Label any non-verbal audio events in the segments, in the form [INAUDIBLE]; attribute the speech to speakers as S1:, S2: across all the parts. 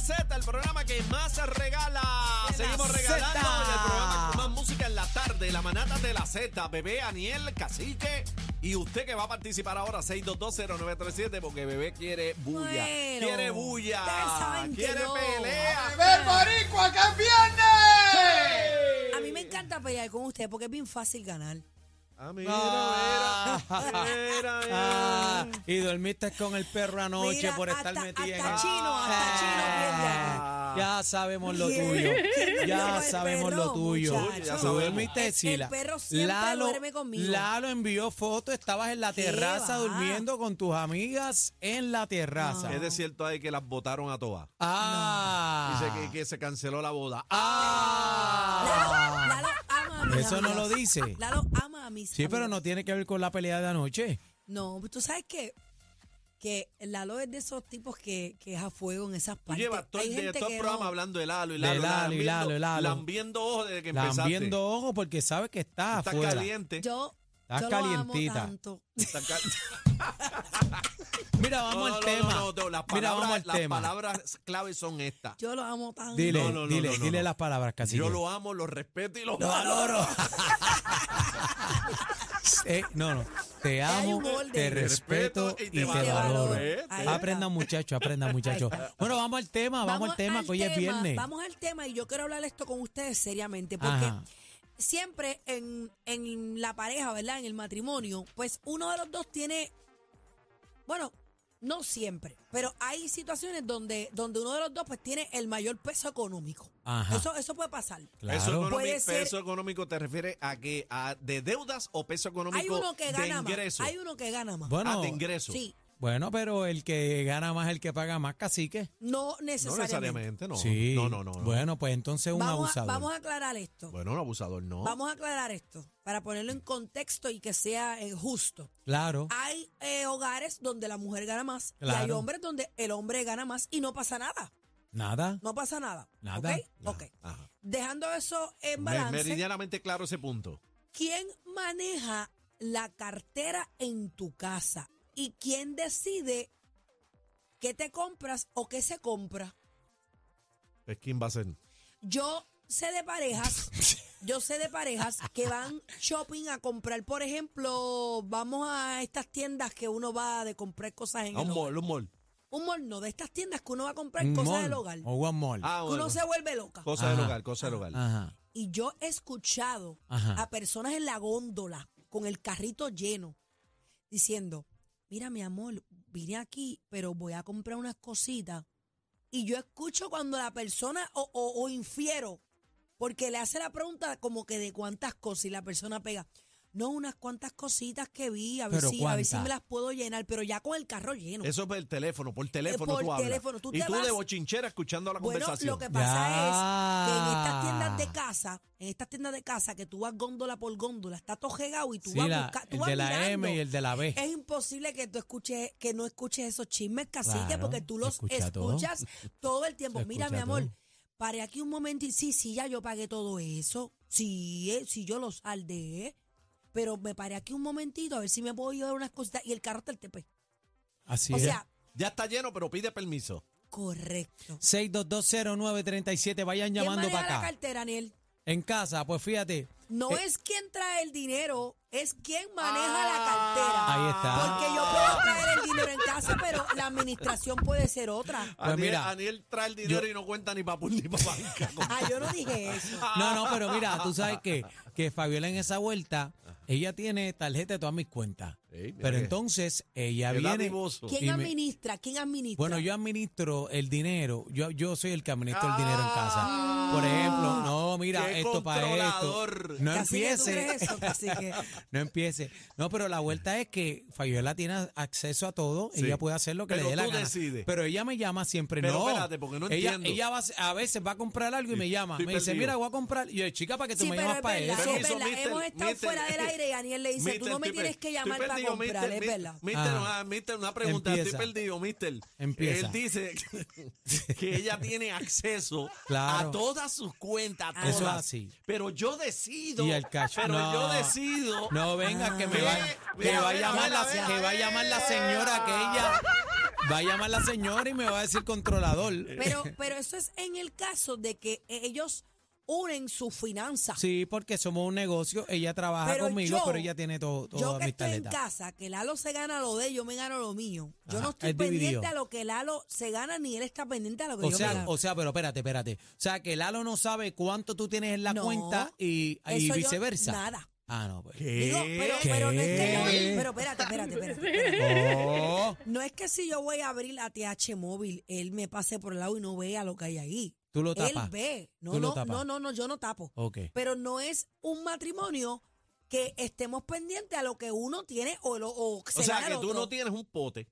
S1: Z, el programa que más se regala.
S2: De la
S1: Seguimos regalando
S2: Zeta.
S1: en el programa con más música en la tarde, la manata de la Z, bebé, Aniel, cacique. Y usted que va a participar ahora, 6220937, porque bebé quiere bulla.
S2: Bueno,
S1: quiere bulla.
S2: ustedes saben que
S1: Quiere
S2: yo-
S1: pelea.
S3: ¡Beber boricua que es viernes!
S2: A mí me encanta pelear con usted porque es bien fácil ganar.
S1: Ah, mira,
S2: Ah.
S1: mira, mira, mira.
S4: Ah, y dormiste con el perro anoche
S2: Mm. Mira,
S4: por estar
S2: hasta-
S4: metido
S2: hasta
S4: en...
S2: chino, hasta chino
S4: Ah, Ya sabemos lo
S2: ¿Quién?
S4: tuyo.
S2: ¿Quién no vio
S4: Ya
S2: el
S4: sabemos
S2: perro,
S4: lo tuyo.
S2: muchacho?
S1: Ya
S4: Tú
S1: sabemos.
S4: dormiste,
S2: El-
S4: Sila.
S2: el perro siempre duerme conmigo.
S4: Lalo envió fotos. Estabas en la
S2: ¿Qué
S4: terraza
S2: va?
S4: durmiendo con tus amigas en la terraza.
S1: Es de cierto ahí que las votaron a todas.
S4: Ah.
S1: Dice que, que se canceló la boda. Ah,
S4: Ah.
S2: Lalo, Lalo ama a mis
S4: Eso no
S2: amigas.
S4: lo dice.
S2: Lalo ama a mis
S4: Sí, pero
S2: amigas.
S4: no tiene que ver con la pelea de anoche.
S2: No, pues tú sabes que, que Lalo es de esos tipos que, que es a fuego en esas
S1: Tú
S2: partes.
S1: llevas todo,
S2: Hay
S1: el-
S2: gente
S1: todo el
S2: que
S1: programa
S2: no.
S1: hablando de Lalo y
S4: De
S1: Lalo.
S4: Lalo y Lalo y Lalo.
S1: Lambiendo ojos desde que empezaste.
S4: Lambiendo ojo porque sabe que estás
S1: Estás
S4: afuera.
S1: caliente.
S2: Yo,
S4: Estás
S2: yo
S4: calientita.
S2: lo amo tanto.
S1: Estás cal-
S4: Mira, [LAUGHS] vamos
S1: No,
S4: al
S1: no,
S4: tema.
S1: no, no, no, las
S4: Mira,
S1: palabras-
S4: vamos al
S1: las
S4: tema.
S1: palabras clave son estas.
S2: Yo lo amo tanto.
S4: Dile,
S1: No, no, no,
S4: dile,
S1: no, no,
S4: dile
S1: no.
S4: las palabras, casi.
S1: Yo lo amo, lo respeto y lo [LAUGHS]
S4: Lo valoro. Eh, no, no. Te
S2: Hay
S4: amo,
S2: un orden.
S4: te respeto y te valoro.
S1: ¿eh?
S2: Ahí está.
S4: Aprendan, muchachos, aprendan, muchachos. Bueno, vamos al tema, vamos, al tema, que hoy es
S2: tema,
S4: viernes.
S2: Vamos al tema y yo quiero hablar esto con ustedes seriamente porque
S4: Ajá.
S2: siempre en, en la pareja, ¿verdad? En el matrimonio, pues uno de los dos tiene, bueno, no siempre, pero hay situaciones donde, donde uno de los dos pues tiene el mayor peso económico.
S4: Ajá.
S2: Eso, eso puede pasar.
S4: Claro.
S1: Peso, económico,
S2: Puede ser-
S1: peso económico te refiere a que a de deudas o peso económico
S2: Hay uno que
S1: de
S2: gana más.
S1: ingreso.
S2: Hay uno que gana más.
S4: Bueno,
S1: Ah, de ingreso.
S2: Sí,
S4: bueno, pero el que gana más, el que paga más, cacique.
S2: no
S1: No
S2: necesariamente.
S1: necesariamente, no.
S4: Sí.
S1: No, no, no. no.
S4: Bueno, pues entonces un
S2: vamos, a,
S4: abusador.
S2: vamos a aclarar esto.
S1: Bueno, un abusador no.
S2: Vamos a aclarar esto para ponerlo en contexto y que sea eh, justo.
S4: Claro.
S2: Hay eh, hogares donde la mujer gana más y hay
S4: Claro.
S2: hombres donde el hombre gana más y no pasa nada.
S4: Nada.
S2: No pasa nada.
S4: Nada.
S2: ¿Ok? Ok.
S1: Ajá.
S2: Dejando eso en
S1: Me-
S2: balance,
S1: Meridianamente claro ese punto.
S2: ¿quién maneja la cartera en tu casa? ¿Y quién decide qué te compras o qué se compra?
S1: Es quien va a ser.
S2: Yo sé de parejas, yo sé de parejas que van shopping a comprar, por ejemplo, vamos a estas tiendas que uno va de comprar cosas en
S1: A
S2: el
S1: un
S2: hogar.
S1: mall, un mall.
S2: Un mall, no, de estas tiendas que uno va a comprar
S4: Un
S2: cosas
S4: mall
S2: del hogar.
S4: O one mall.
S1: Ah,
S2: que
S1: bueno.
S2: uno se vuelve loca.
S1: Cosa
S4: Ajá. Ah.
S1: del hogar, cosa del hogar.
S4: Ajá.
S2: Y yo he escuchado
S4: Ajá.
S2: a personas en la góndola con el carrito lleno diciendo, mira mi amor, vine aquí, pero voy a comprar unas cositas. Y yo escucho cuando la persona o, o- o infiero, porque le hace la pregunta como que de cuántas cosas y la persona pega. No, unas cuantas cositas que vi, a ver,
S4: Pero
S2: si, a ver si
S4: ¿cuántas?
S2: me las puedo llenar, pero ya con el carro lleno.
S1: Eso es por el teléfono, por teléfono
S2: por
S1: tú hablas.
S2: teléfono, tú
S1: y
S2: te
S1: tú de
S2: vas-
S1: bochinchera escuchando la
S2: Bueno,
S1: conversación.
S2: lo que pasa es que en estas tiendas
S4: Ya.
S2: de casa, en estas tiendas de casa que tú vas góndola por góndola, está tojegado y tú
S4: Sí,
S2: vas
S4: la-
S2: buscando, tú
S4: el
S2: vas
S4: de la
S2: mirando.
S4: M y el de la B.
S2: Es imposible que tú escuches, que no escuches esos chismes, cacique,
S4: Claro,
S2: porque tú
S4: se
S2: los
S4: escucha todo.
S2: escuchas todo. el tiempo.
S4: Se
S2: Mira, mi
S4: escucha
S2: amor,
S4: todo.
S2: paré aquí un momento y sí, sí, ya yo pagué todo eso. Sí, eh, sí, yo lo saldé. eh. Pero me paré aquí un momentito a ver si me puedo llevar unas cositas. Y el carro está el tepe.
S4: Así
S2: o
S4: es.
S2: sea,
S1: Ya está lleno, pero pide permiso.
S2: correcto.
S4: 6220937, vayan
S2: ¿Quién
S4: llamando
S2: maneja
S4: para
S2: la
S4: acá.
S2: cartera, Aniel?
S4: En casa, pues fíjate.
S2: No
S4: Eh.
S2: es quien trae el dinero, es quien maneja
S4: Ahí
S2: la cartera.
S4: está.
S2: Porque yo puedo traer el dinero en casa, pero la administración puede ser otra.
S4: Pues
S1: Aniel,
S4: mira,
S1: Aniel trae el dinero
S4: yo-
S1: y no cuenta ni para ni para banca.
S2: Ah, yo no dije eso.
S4: No, no, pero mira, tú sabes que, que Fabiola en esa vuelta, ella tiene tarjeta de todas mis cuentas.
S1: Ey, mira
S4: Pero
S1: que-
S4: entonces ella
S1: Qué
S4: viene.
S1: dadivoso.
S2: ¿Quién
S4: Y me-
S2: administra? ¿Quién administra?
S4: Bueno, yo administro el dinero. Yo, yo soy el que administro el dinero en casa. Por ejemplo, no, mira,
S1: Ah. qué
S4: esto para esto.
S1: controlador.
S4: No
S2: Cacique, ¿tú
S4: empiece.
S2: crees eso,
S4: [LAUGHS]
S2: cacique?
S4: No empiece. No, pero la vuelta es que Fabiola tiene acceso a todo.
S1: Sí.
S4: Ella puede hacer lo que
S1: Pero
S4: le dé la
S1: tú
S4: gana.
S1: decides.
S4: Pero ella me llama siempre.
S1: Pero
S4: no.
S1: espérate, porque no
S4: ella,
S1: entiendo.
S4: Ella va a- a veces va a comprar algo y me llama. Me
S1: estoy
S4: dice,
S1: perdido.
S4: mira, voy a comprar. Y yo, chica, para que tú
S2: Sí,
S4: me
S2: pero
S4: llamas
S2: es
S4: para
S2: verdad,
S4: eso.
S2: es verdad.
S1: mister,
S2: Hemos estado
S1: mister,
S2: fuera del aire y Daniel le dice, tú
S1: Mister,
S2: no me
S1: estoy
S2: tienes
S1: per-
S2: que
S1: estoy
S2: llamar para
S1: perdido, mister,
S2: comprar, es
S1: mi-
S2: verdad.
S1: Mister,
S4: Ajá.
S1: ah, mister, una pregunta,
S4: Empieza.
S1: estoy perdido, mister.
S4: Empieza.
S1: Él dice
S4: [LAUGHS]
S1: que, que ella tiene acceso
S4: Claro.
S1: a todas sus cuentas, a
S4: Eso
S1: todas.
S4: así.
S1: Pero yo decido.
S4: Y el cash-
S1: Pero
S4: no.
S1: yo decido.
S4: No venga que me
S1: ¿Qué?
S4: va, que
S1: Mira,
S4: va a
S1: mira,
S4: llamar
S1: mira,
S4: la
S1: mira,
S4: que va a llamar la señora aquella Va a llamar la señora y me va a decir controlador.
S2: Pero, pero eso es en el caso de que ellos unen sus finanzas.
S4: Sí, porque somos un negocio. Ella trabaja
S2: Pero
S4: conmigo,
S2: yo-
S4: pero ella tiene todo,
S2: yo
S4: todas
S2: que
S4: mis
S2: estoy en
S4: tarjetas.
S2: casa, que Lalo se gana lo de él, yo me gano lo mío. Yo
S4: Ajá,
S2: no estoy
S4: es dividido.
S2: pendiente a lo que Lalo se gana, ni él está pendiente a lo que yo
S4: O
S2: me
S4: sea,
S2: gano.
S4: o sea, pero espérate, espérate. O sea, que Lalo no sabe cuánto tú tienes en la
S2: No,
S4: cuenta y, y
S2: Eso yo-
S4: viceversa.
S2: nada.
S4: Ah, no, pues.
S2: Digo, pero, pero no es que yo-
S4: ¿Qué?
S2: pero espérate, espérate, espérate, espérate.
S4: Oh,
S2: No es que si yo voy a abrir la TH móvil, él me pase por el lado y no vea lo que hay ahí.
S4: tú lo
S2: Él
S4: tapas.
S2: ve. No,
S4: Tú lo
S2: no,
S4: tapas.
S2: no, no, no, yo no tapo.
S4: Ok.
S2: Pero no es un matrimonio que estemos pendientes a lo que uno tiene o, lo, o se
S1: O sea,
S2: gana
S1: que
S2: el
S1: tú
S2: otro.
S1: no tienes un pote.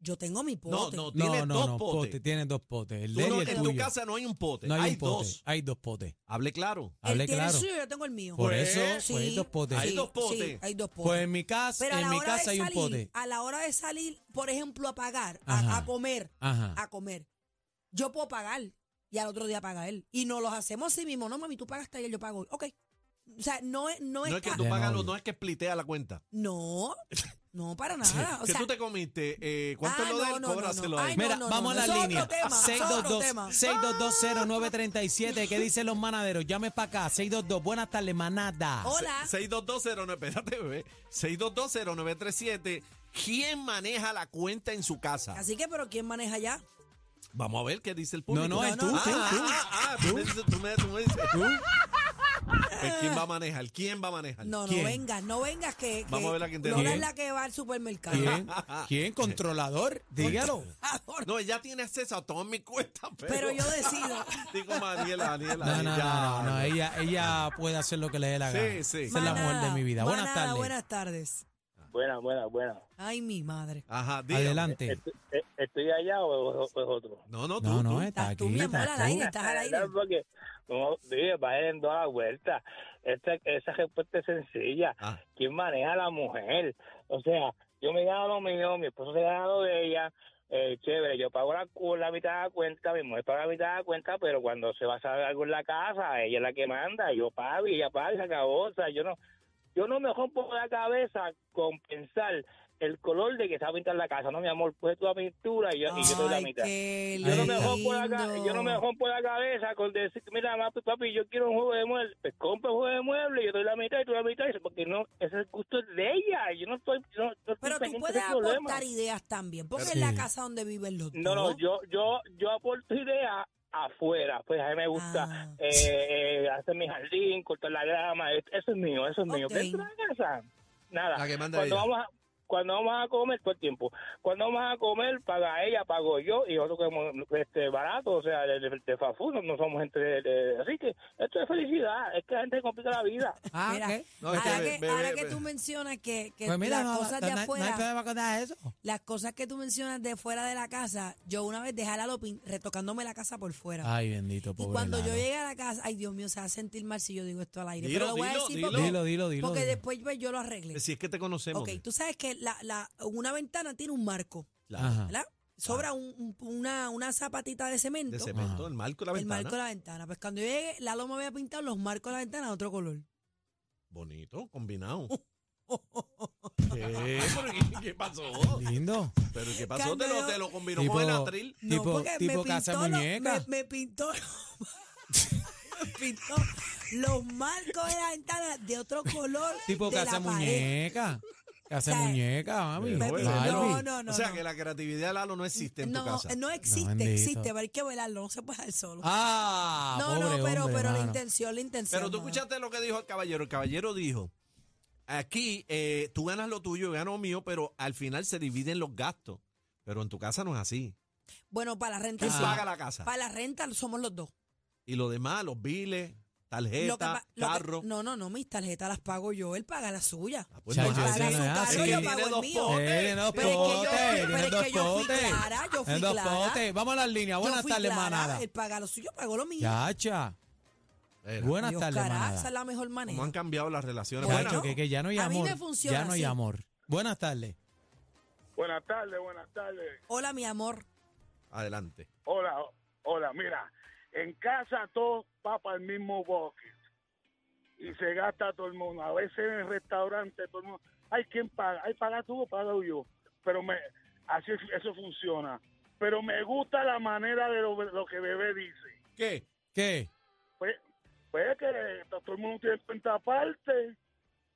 S2: Yo tengo mi pote.
S1: No, no,
S4: No,
S1: tienes
S4: no,
S1: dos
S4: no,
S1: potes.
S4: pote, tienes dos potes. El
S1: Tú
S4: de él
S1: no-
S4: y el
S1: en
S4: tuyo.
S1: tu casa no hay un pote,
S4: no hay,
S1: hay,
S4: un pote,
S1: dos.
S4: Hay dos potes.
S1: Hable claro.
S2: él
S4: Hablé
S2: tiene
S4: claro.
S2: el suyo, yo tengo el mío.
S4: Por
S1: Pues,
S4: eso, pues,
S2: Sí,
S4: hay dos potes.
S1: Hay
S2: sí,
S1: dos potes.
S2: sí, hay dos potes.
S4: Pues en mi casa,
S2: Pero a
S4: en
S2: la
S4: mi
S2: hora
S4: casa
S2: de
S4: hay un
S2: salir,
S4: pote.
S2: a la hora de salir, por ejemplo, a pagar, a,
S4: Ajá. Ah.
S2: a comer,
S4: Ajá.
S2: a comer, yo puedo pagar y al otro día paga él. Y nos los hacemos así mismo. No, mami, tú pagaste ayer, yo pago hoy. Ok. O sea, no es, no es,
S1: No es que
S2: ca-
S1: tú
S4: De
S1: pagas,
S4: novio.
S1: los- no es que splitea la cuenta.
S2: No, no,
S4: [LAUGHS]
S2: para nada. Ah, O
S1: que
S2: sea,
S1: tú te comiste, eh, ¿cuánto
S2: Ah,
S1: es lo de
S2: no,
S1: él?
S2: no, no,
S1: Cóbraselo
S2: no.
S1: a
S2: Ay,
S1: él.
S4: Mira,
S2: no, no,
S4: vamos
S2: no,
S4: a la
S2: eso es
S4: línea.
S2: otro tema, eso es otro tema.
S4: 622
S2: [LAUGHS]
S4: 6220937. ¿Qué dicen los manaderos? Llame para acá. 622. Buenas tardes, manada.
S2: hola.
S1: 62209, espérate, bebé. 6220937. ¿Quién maneja la cuenta en su casa?
S2: Así que, pero ¿quién maneja ya?
S1: Vamos a ver qué dice el público.
S4: No, no, es
S2: tú,
S1: Ah,
S2: tú,
S1: ah,
S4: tú.
S1: ah, ah, tú me dices- tú me- tú me dices. Pues, ¿Quién va a manejar? ¿Quién va a manejar?
S2: No, no
S4: ¿Quién?
S2: vengas, no vengas que, que
S1: Vamos a ver la que entendí.
S2: Lola es
S4: ¿Quién?
S2: la que va al supermercado. [LAUGHS]
S4: ¿Quién? ¿Quién? ¿Controlador? Dígalo.
S1: No, ella tiene acceso a todas mis cuentas, pero,
S2: Pero yo decido.
S1: Digo, Mariela, Mariela.
S4: No, no,
S1: ya,
S4: no, no, no, Ella, ella puede hacer lo que le dé la gana.
S1: Sí, sí.
S4: Esa es la mujer de mi vida. Buenas
S2: Manada,
S4: tardes.
S2: Buenas tardes.
S5: Buena, buena, buena.
S2: Ay, mi madre.
S1: Ajá, dígame.
S4: Adelante.
S5: Est- eh, ¿Estoy allá o es o es otro? Ah,
S1: No, no, tú,
S4: No,
S1: tú.
S4: no, está
S2: Estás tú,
S4: aquí.
S2: mi amor,
S4: estás
S2: al
S4: tú.
S2: aire, estás al aire.
S5: No, porque, como dije, va en toda la vuelta. Esta, esa respuesta es sencilla.
S1: Ah.
S5: ¿Quién maneja a la mujer? O sea, yo me gano lo mío, mi esposo se gana lo de ella. Eh, chévere, yo pago la, cu- la mitad de la cuenta, mi mujer paga la mitad de la cuenta, pero cuando se va a hacer algo en la casa, ella es la que manda, yo pago y ella paga y se acabó. O sea, yo no, yo no me rompo la cabeza con pensar el color de que se va a pintar la casa. No, mi amor, coge tu pintura y yo, y yo te doy la
S2: Ay,
S5: mitad.
S2: qué
S4: Ahí
S5: Yo no, me
S4: está.
S5: rompo la ca-
S2: lindo.
S5: yo no me rompo la cabeza con decir, mira, papi, papi, yo quiero un juego de muebles. Pues compra un juego de muebles, yo doy la mitad y tú la mitad. Porque no, ese es el gusto de ella. Yo no estoy, yo no, no estoy
S2: Pero tú
S5: pendiente
S2: puedes
S5: de ese problema.
S2: aportar ideas también, porque
S4: Pero-
S2: es la
S4: Sí.
S2: casa donde viven los
S5: No,
S2: dos.
S5: no, yo, yo, yo aporto ideas afuera. Pues a mí me gusta
S2: Ah.
S5: eh, eh, hacer mi jardín, cortar la grama. es- Eso es mío, eso es mío.
S2: Ok.
S5: Pero dentro de la casa, nada.
S1: La que manda
S5: cuando
S1: ella.
S5: vamos a cuando vamos a comer todo el tiempo cuando vamos a comer paga ella pago yo y nosotros comemos este barato o sea de, de, de fast food, no, no somos gente de- de- así que esto es felicidad es que la gente complica la vida
S4: Ah,
S2: Mira,
S4: ¿qué?
S1: No, es
S2: ahora,
S1: que
S2: que,
S1: bebé,
S2: ahora que
S1: bebé.
S2: tú mencionas que, que
S4: Pues mira,
S2: las
S4: no,
S2: cosas de
S4: no, no hay- no
S2: afuera,
S4: hay problema con nada de eso.
S2: las cosas que tú mencionas de fuera de la casa, yo una vez dejé a Lalo pin- retocándome la casa por fuera.
S4: Ay, bendito,
S2: y
S4: pobre
S2: cuando yo
S4: Lalo.
S2: llegué a la casa, ay Dios mío, se va a sentir mal si yo digo esto al aire.
S1: Dilo,
S2: Pero lo
S1: dilo,
S2: voy a decir
S1: dilo.
S2: porque,
S4: Dilo, dilo, dilo.
S2: porque
S4: dilo.
S2: después pues, yo lo arreglé.
S1: Si es que te conocemos.
S2: Ok, tú sabes que la, la- una ventana tiene un marco,
S1: Claro.
S4: Ajá.
S2: ¿verdad? Sobra un- un- una, una zapatita de cemento,
S1: De cemento,
S4: Ajá.
S1: el marco de la
S2: el
S1: ventana.
S2: marco de la ventana. Pues cuando yo llegué, Lalo me había pintado los marcos de la ventana de otro color.
S1: Bonito, combinado.
S2: [LAUGHS]
S1: ¿Qué? ¿Pero qué, qué pasó?
S4: Lindo.
S2: [LAUGHS]
S1: ¿Pero qué pasó? ¿Te lo,
S2: Cándalo.
S1: te lo combinó
S4: Tipo-
S1: con el atril?
S2: No,
S4: Tipo-
S2: porque
S4: tipo
S2: me
S4: casa
S2: pintó lo-
S4: muñeca.
S2: me, me pintó, [LAUGHS] me pintó los marcos de la ventana de otro color.
S4: Tipo
S2: de la
S4: casa
S2: pared.
S4: muñeca. Casa
S2: O sea,
S4: muñeca, mami.
S1: Pero,
S2: Me-
S1: Bebé,
S4: Barbie.
S2: no, no, no.
S1: o sea,
S2: no.
S1: que la creatividad de Lalo no existe en tu
S2: no,
S1: casa.
S2: no existe,
S4: bendito.
S2: existe, pero hay que velarlo, no se puede dejar solo.
S4: Ah,
S2: no,
S4: pobre
S2: no, pero,
S4: hombre,
S2: pero la
S4: mano.
S2: intención, la intención.
S1: Pero tú
S2: mano.
S1: escuchaste lo que dijo el caballero. El caballero dijo, aquí eh, tú ganas lo tuyo, yo gano lo mío, pero al final se dividen los gastos. Pero en tu casa no es así.
S2: Bueno, para la renta,
S1: ¿Quién
S2: sí.
S1: paga la casa?
S2: para la renta somos los dos.
S1: Y lo demás, los biles,
S2: Lo que
S1: tarjeta,
S2: pa- lo que-
S1: carro.
S2: no, no, no, mis tarjetas las pago yo, él paga la suya.
S1: Ah, pues
S4: Chacho,
S1: no es
S4: eso
S1: así.
S4: no es
S1: Es
S4: así.
S1: que
S4: Yo
S1: tiene
S2: pago el
S1: dos
S2: mío.
S1: potes.
S4: Tiene dos
S2: Pero es que yo-
S4: potes,
S2: pero
S4: tiene
S2: es
S4: dos
S2: que yo fui
S4: potes.
S2: clara, yo fui
S4: Tiene dos
S2: clara.
S4: potes. Vamos a las líneas.
S2: Yo
S4: Buenas
S2: fui
S4: tardes,
S2: clara,
S4: manada.
S2: Él paga lo suyo, pagó lo mío.
S4: Chacha.
S1: Era.
S4: Buenas
S2: Dios,
S4: tardes,
S2: carajo,
S4: manada.
S2: esa es la mejor
S1: ¿Cómo han
S2: manera.
S1: cambiado las relaciones?
S2: Bueno,
S4: Chacho, que, que ya no hay
S2: a mí
S4: amor.
S2: me funciona
S4: ya no hay
S2: así.
S4: amor. Buenas tardes.
S6: Buenas tardes, buenas tardes.
S2: Hola, mi amor.
S1: adelante.
S6: Hola, hola, mira, en casa todo va para el mismo bucket y se gasta todo el mundo. A veces en el restaurante todo el mundo, hay quien paga, hay paga tú, paga yo. Pero me, Así es- eso funciona. Pero me gusta la manera de lo, lo que bebé dice.
S1: ¿Qué?
S4: ¿Qué?
S6: Pues, pues que eh, todo el mundo tiene cuenta aparte.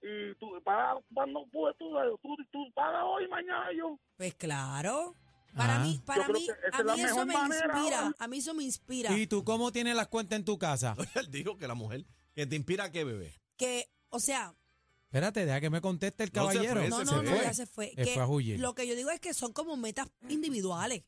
S6: Y tú pagas cuando puedes, tú, tú, tú pagas hoy, mañana yo.
S2: Pues claro. Para
S4: Ah.
S2: mí, para
S6: creo
S2: mí,
S6: que esa
S2: a
S6: es la
S2: mí eso
S6: mejor
S2: me
S6: manera
S2: inspira.
S6: ahora.
S2: A mí eso me inspira.
S4: ¿Y tú cómo tienes las cuentas en tu casa?
S1: Oye, él dijo que la mujer que te inspira a qué bebé.
S2: Que, o sea,
S4: Espérate, deja que me conteste el
S1: No se
S4: caballero.
S1: fue,
S2: no,
S1: Ese
S2: no,
S1: se
S2: no,
S1: fue.
S2: ya se fue.
S4: Se
S2: Que
S4: fue a huir.
S2: lo que yo digo es que son como metas individuales.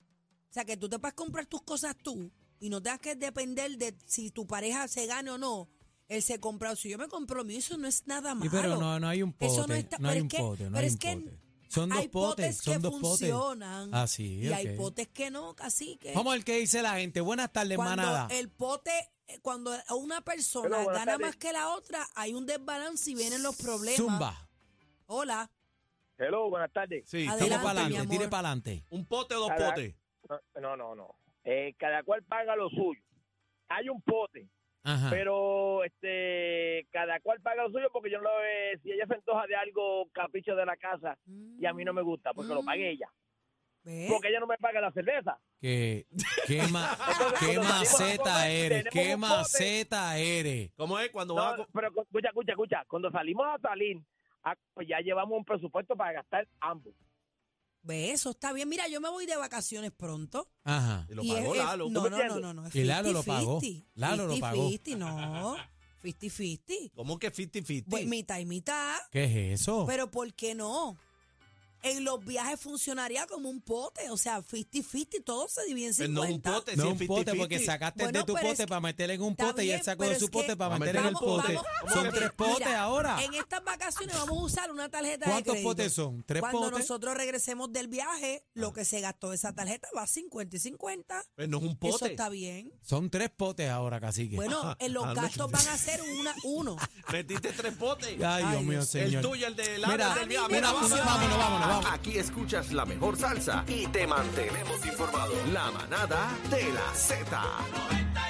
S2: O sea, que tú te puedes comprar tus cosas tú y no tengas que depender de si tu pareja se gane o no. Él se compra, o si yo me compro lo mío, eso no es nada malo.
S4: Y pero no, no hay un pote.
S2: Eso
S4: no,
S2: no está-
S4: hay
S2: pero
S4: un
S2: es que-
S4: pote, no
S2: pero
S4: hay
S2: es
S4: un
S2: que
S4: pote. Son dos
S2: hay potes que
S4: son dos potes.
S2: funcionan
S4: Ah, sí,
S2: y
S4: ok.
S2: hay potes que no, así que
S4: Vamos al que dice la gente. Buenas tardes, manada.
S2: cuando el pote, eh, cuando una persona
S6: Hola, buenas
S2: gana
S6: tardes.
S2: más que la otra, hay un desbalance y vienen los problemas.
S4: Zumba.
S2: Hola,
S5: [LAUGHS] Hello, buenas tardes.
S1: Sí,
S2: Adelante,
S4: Tire
S1: estamos
S4: para
S1: para
S2: mi
S4: adelante,
S2: amor.
S4: tire para adelante.
S1: Un pote o dos
S5: Cada-
S1: potes.
S5: No, no, no. Eh, cada cual paga lo suyo. Hay un pote,
S4: Ajá.
S5: pero este cada cual paga lo suyo porque yo no lo eh, si ella se antoja de algo capricho de la casa y a mí no me gusta porque lo
S2: Mm.
S5: pague ella,
S2: ¿Ves?
S5: porque ella no me paga la cerveza.
S4: Que, qué
S5: [LAUGHS]
S4: ma- qué
S5: cuando salimos a
S4: maceta
S5: comer,
S4: eres,
S5: tenemos
S4: qué
S5: un pote.
S4: maceta eres.
S1: ¿Cómo es cuando
S5: No,
S1: vas a co-
S5: pero cu- escucha, escucha, escucha. Cuando salimos a salir, ah, pues ya llevamos un presupuesto para gastar ambos.
S2: ¿Ves? Eso está bien. Mira, yo me voy de vacaciones pronto.
S4: Ajá.
S1: Y lo
S2: Y
S1: pagó
S2: es- es-
S1: Lalo.
S2: No, no, no,
S5: entiendes?
S2: no, no. es
S4: Y Lalo lo
S2: 50-50,
S4: pagó. Lalo lo pagó.
S2: 50-50, no. 50-50.
S1: ¿Cómo que 50-50?
S2: Pues mitad y mitad.
S4: ¿Qué es eso?
S2: Pero ¿por qué no? En los viajes funcionaría como un pote. O sea, 50-50, todo se divide en
S1: Pues no
S2: 50.
S1: es un pote,
S4: no
S1: sí,
S4: un pote,
S1: 50-50.
S4: porque sacaste
S2: Bueno,
S4: de tu
S2: pero
S4: pote
S2: es
S4: para meterle en un
S2: Está
S4: pote y él
S2: bien,
S4: sacó
S2: pero
S4: de su
S2: es
S4: pote
S2: que
S4: para
S1: vamos-
S4: meterle en el
S1: vamos-
S4: pote.
S1: vamos-
S4: Son
S1: porque-
S4: tres potes
S2: mira,
S4: ahora.
S2: En estas vacaciones vamos a usar una tarjeta de
S4: ¿Cuántos
S2: crédito.
S4: potes son? ¿Tres
S2: Cuando
S4: potes?
S2: nosotros regresemos del viaje, lo que se gastó de esa tarjeta va 50 y 50.
S1: Ah. Pues no es un
S2: Eso
S1: pote.
S2: está bien.
S4: Son tres potes ahora, cacique.
S2: Bueno, en
S1: Ah,
S2: los
S1: no.
S2: gastos van a ser una, uno.
S1: Metiste tres potes.
S4: Ay, Dios
S2: Ay,
S4: mío,
S2: Dios.
S4: señor.
S1: El tuyo, el de Lalo,
S4: Mira,
S1: el del viaje.
S4: mira,
S1: Mira,
S4: vámonos,
S1: vamos.
S4: vámonos, vámonos, vámonos.
S7: Aquí escuchas la mejor salsa y te mantenemos informado. La manada de la Z.